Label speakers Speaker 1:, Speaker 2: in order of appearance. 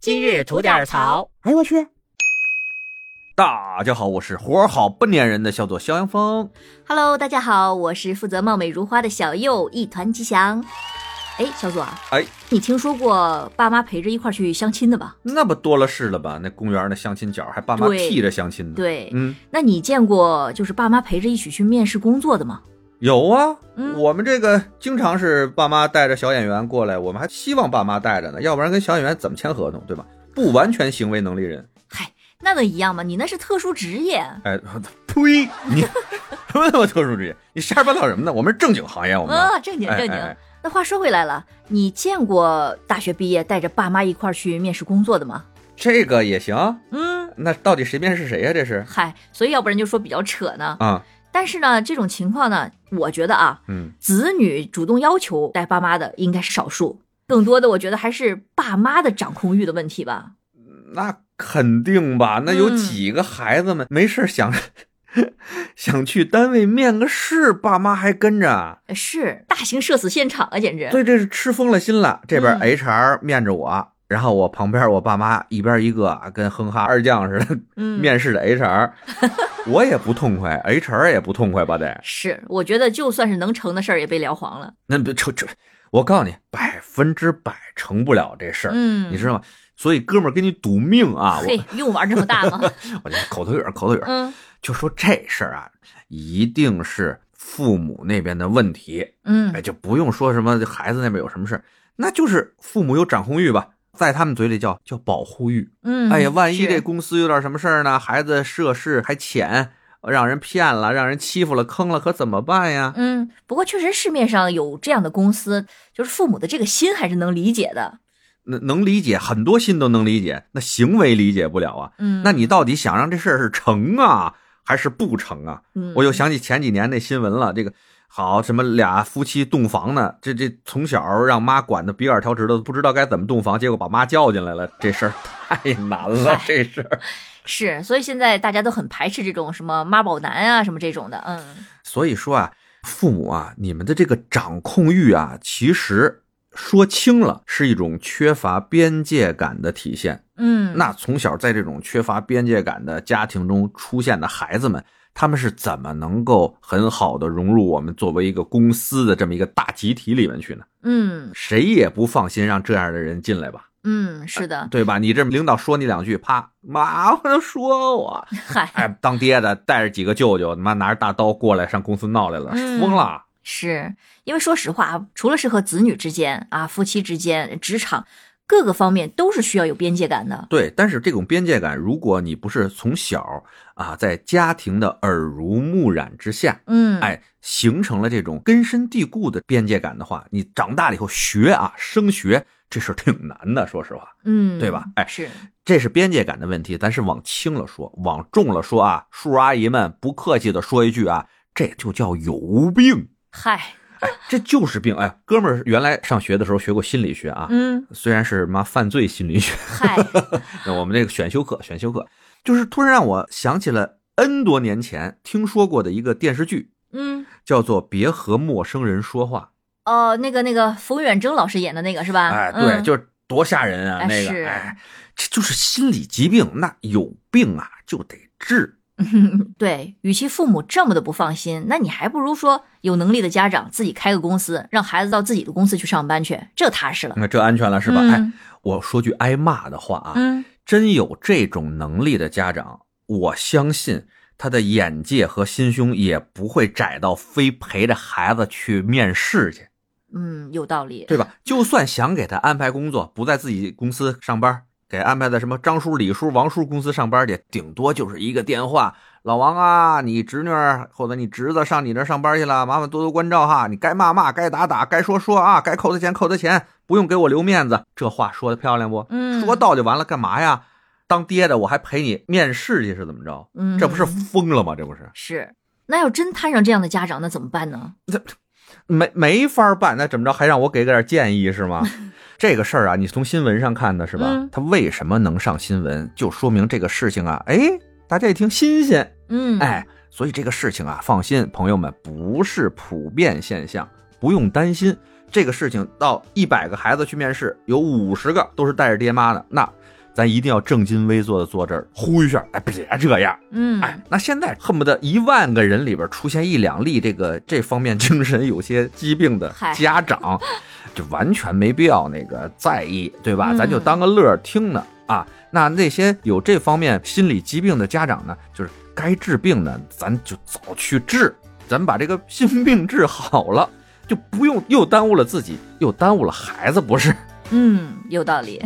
Speaker 1: 今日吐点槽。
Speaker 2: 哎呦我去，
Speaker 3: 大家好，我是活儿好不粘人的小左肖阳峰。
Speaker 2: Hello，大家好，我是负责貌美如花的小右，一团吉祥。哎，小左，
Speaker 3: 哎，
Speaker 2: 你听说过爸妈陪着一块儿去相亲的吧？
Speaker 3: 那不多了是了吧？那公园那相亲角还爸妈
Speaker 2: 对
Speaker 3: 替着相亲呢。
Speaker 2: 对，
Speaker 3: 嗯，
Speaker 2: 那你见过就是爸妈陪着一起去面试工作的吗？
Speaker 3: 有啊，
Speaker 2: 嗯
Speaker 3: 我们这个经常是爸妈带着小演员过来，我们还希望爸妈带着呢，要不然跟小演员怎么签合同，对吧？不完全行为能力人，
Speaker 2: 嗨，那能一样吗？你那是特殊职业。
Speaker 3: 哎，呸！你什么他妈特殊职业？你瞎说八道什么呢？我们是正经行业，我们、
Speaker 2: 啊、正经
Speaker 3: 哎
Speaker 2: 正经。
Speaker 3: 哎哎
Speaker 2: 那话说回来了，你见过大学毕业带着爸妈一块儿去面试工作的吗？
Speaker 3: 这个也行。
Speaker 2: 嗯，
Speaker 3: 那到底谁面试谁呀、这是
Speaker 2: 嗨，所以要不然就说比较扯呢。
Speaker 3: 啊，
Speaker 2: 但是呢，这种情况呢，我觉得啊，
Speaker 3: 嗯，
Speaker 2: 子女主动要求带爸妈的应该是少数，更多的我觉得还是爸妈的掌控欲的问题吧。
Speaker 3: 那肯定吧？那有
Speaker 2: 嗯
Speaker 3: 几个孩子们、没事儿想 想去单位面个试，爸妈还跟着，
Speaker 2: 呃是大型社死现场啊，简直。
Speaker 3: 对，这是吃疯了心了。这边
Speaker 2: 嗯
Speaker 3: HR 面着我，然后我旁边我爸妈一边一个跟哼哈二将似的、
Speaker 2: 嗯，
Speaker 3: 面试的 HR，我也不痛快，HR 也不痛快吧得？
Speaker 2: 是，我觉得就算是能成的事儿，也被聊黄了。
Speaker 3: 那不这这，我告诉你，百分之百成不了这事儿，
Speaker 2: 嗯，
Speaker 3: 你知道吗？所以哥们儿跟你赌命啊！
Speaker 2: 嘿
Speaker 3: 我，
Speaker 2: 用玩这 么大吗？
Speaker 3: 我这口头语儿，口头语儿。
Speaker 2: 嗯
Speaker 3: 就说这事儿啊，一定是父母那边的问题，哎，
Speaker 2: 嗯，
Speaker 3: 就不用说什么孩子那边有什么事儿，那就是父母有掌控欲吧，在他们嘴里叫叫保护欲。
Speaker 2: 嗯，
Speaker 3: 哎呀，万一
Speaker 2: 是
Speaker 3: 这公司有点什么事儿呢，孩子涉世还浅，让人骗了，让人欺负了，坑了，可怎么办呀？
Speaker 2: 嗯，不过确实市面上有这样的公司，就是父母的这个心还是能理解的。
Speaker 3: 那能理解，很多心都能理解，那行为理解不了啊。
Speaker 2: 嗯，
Speaker 3: 那你到底想让这事儿是成啊，还是不成啊？
Speaker 2: 嗯
Speaker 3: 我又想起前几年那新闻了，这个好什么俩夫妻洞房呢？这这从小让妈管的比耳条直的，不知道该怎么洞房，结果把妈叫进来了，这事儿 太难 了，这事儿。
Speaker 2: 是，所以现在大家都很排斥这种什么妈宝男啊，什么这种的。嗯
Speaker 3: 所以说啊，父母啊，你们的这个掌控欲啊，其实说轻了是一种缺乏边界感的体现。
Speaker 2: 嗯，
Speaker 3: 那从小在这种缺乏边界感的家庭中出现的孩子们。他们是怎么能够很好的融入我们作为一个公司的这么一个大集体里面去呢？
Speaker 2: 嗯
Speaker 3: 谁也不放心让这样的人进来吧，
Speaker 2: 嗯，是的，
Speaker 3: 对吧？你这领导说你两句，啪，马上说 我，
Speaker 2: 嗨，
Speaker 3: 哎，当爹的带着几个舅舅，他妈拿着大刀过来上公司闹来了，
Speaker 2: 嗯
Speaker 3: 疯了。
Speaker 2: 是因为说实话，啊除了是和子女之间啊，夫妻之间、职场各个方面都是需要有边界感的。
Speaker 3: 对，但是这种边界感，如果你不是从小啊，在家庭的耳濡目染之下，
Speaker 2: 嗯，，
Speaker 3: 哎，形成了这种根深蒂固的边界感的话，你长大了以后学啊，升学这事儿挺难的，说实话。
Speaker 2: 嗯，
Speaker 3: 对吧哎
Speaker 2: 是，
Speaker 3: 这是边界感的问题，咱是往轻了说，往重了说啊，叔叔阿姨们不客气的说一句啊，这就叫有病，
Speaker 2: 嗨，
Speaker 3: 这就是病。哎，哥们儿，原来上学的时候学过心理学啊，
Speaker 2: 嗯，
Speaker 3: 虽然是妈犯罪心理学，
Speaker 2: 嗨，
Speaker 3: 那我们这个选修课，选修课就是突然让我想起了 N 多年前听说过的一个电视剧，
Speaker 2: 嗯，
Speaker 3: 叫做《别和陌生人说话》。
Speaker 2: 哦，那个那个冯远征老师演的那个是吧？
Speaker 3: 哎，对，
Speaker 2: 嗯
Speaker 3: 就是多吓人啊，
Speaker 2: 哎
Speaker 3: 那
Speaker 2: 是
Speaker 3: 个，哎，这就是心理疾病，那有病啊就得治。
Speaker 2: 嗯 对，与其父母这么的不放心，那你还不如说有能力的家长自己开个公司，让孩子到自己的公司去上班去，这踏实了，
Speaker 3: 那这安全了是吧？哎，
Speaker 2: 嗯
Speaker 3: 我说句挨骂的话啊，
Speaker 2: 嗯
Speaker 3: 真有这种能力的家长，我相信他的眼界和心胸也不会窄到非陪着孩子去面试去，
Speaker 2: 嗯，有道理。
Speaker 3: 对吧？就算想给他安排工作，不在自己公司上班，给安排在什么张叔、李叔、王叔公司上班去，顶多就是一个电话。老王啊，你侄女儿或者你侄子上你这儿上班去了，麻烦多多关照哈。你该骂骂，该打打，该说说啊，该扣他钱扣他钱，不用给我留面子。这话说的漂亮不？
Speaker 2: 嗯，
Speaker 3: 说到就完了，干嘛呀？当爹的我还陪你面试去是怎么着？
Speaker 2: 嗯，
Speaker 3: 这不是疯了吗？这不是
Speaker 2: 是？那要真摊上这样的家长，那怎么办呢？
Speaker 3: 没没法办，那怎么着还让我给点建议是 吗？这个事儿啊，你从新闻上看的是吧？
Speaker 2: 嗯
Speaker 3: 他为什么能上新闻，就说明这个事情啊，哎，大家一听新鲜，
Speaker 2: 嗯，，
Speaker 3: 哎，所以这个事情啊，放心，朋友们不是普遍现象，不用担心。这个事情到一百个孩子去面试，有五十个都是带着爹妈的，那咱一定要正襟危坐的坐这儿呼吁一下，哎，别这样。
Speaker 2: 嗯，
Speaker 3: 哎，那现在恨不得一万个人里边出现一两例这个这方面精神有些疾病的
Speaker 2: 嗨
Speaker 3: 家长，就完全没必要那个在意，对吧？
Speaker 2: 嗯
Speaker 3: 咱就当个乐儿听呢啊。那那些有这方面心理疾病的家长呢，就是该治病呢，咱就早去治，咱把这个心病治好了，就不用又耽误了自己，又耽误了孩子，不是？
Speaker 2: 嗯，有道理。